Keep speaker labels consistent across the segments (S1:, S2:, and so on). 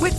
S1: With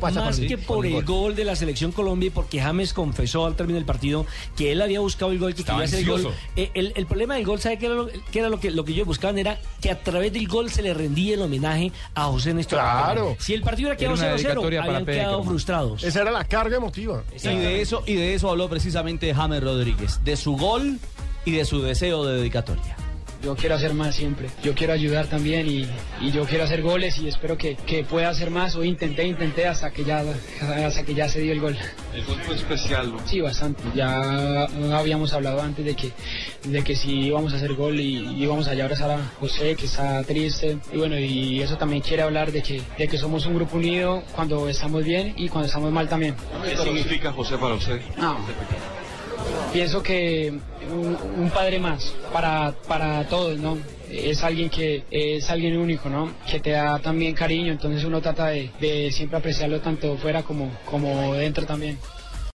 S2: Más que por el gol de la selección Colombia y porque James confesó al término del partido que él había buscado el gol, que quería hacer el gol. Eh, El, el problema del gol, ¿sabe qué era, lo, qué era lo que lo que ellos buscaban? Era que a través del gol se le rendía el homenaje a José Néstor.
S3: Claro.
S2: Pérez. Si el partido hubiera quedado
S4: Era una
S2: 0-0,
S4: dedicatoria para
S2: habían
S4: P.
S2: quedado
S4: Beckerman.
S2: frustrados.
S3: Esa era la carga emotiva.
S4: Y de eso, y de eso habló precisamente James Rodríguez, de su gol y de su deseo de dedicatoria.
S5: Yo quiero hacer más siempre, yo quiero ayudar también y, y yo quiero hacer goles y espero que, que pueda hacer más. Hoy intenté, intenté hasta que ya hasta que ya se dio el gol.
S6: El gol fue especial, ¿no?
S5: Sí, bastante. Ya habíamos hablado antes de que, de que si íbamos a hacer gol y íbamos allá a abrazar a José, que está triste. Y bueno, y eso también quiere hablar de que, de que somos un grupo unido cuando estamos bien y cuando estamos mal también.
S6: ¿Qué significa José para usted?
S5: No. Pienso que un, un padre más para, para todos, ¿no? Es alguien que es alguien único, ¿no? Que te da también cariño, entonces uno trata de, de siempre apreciarlo tanto fuera como, como dentro también.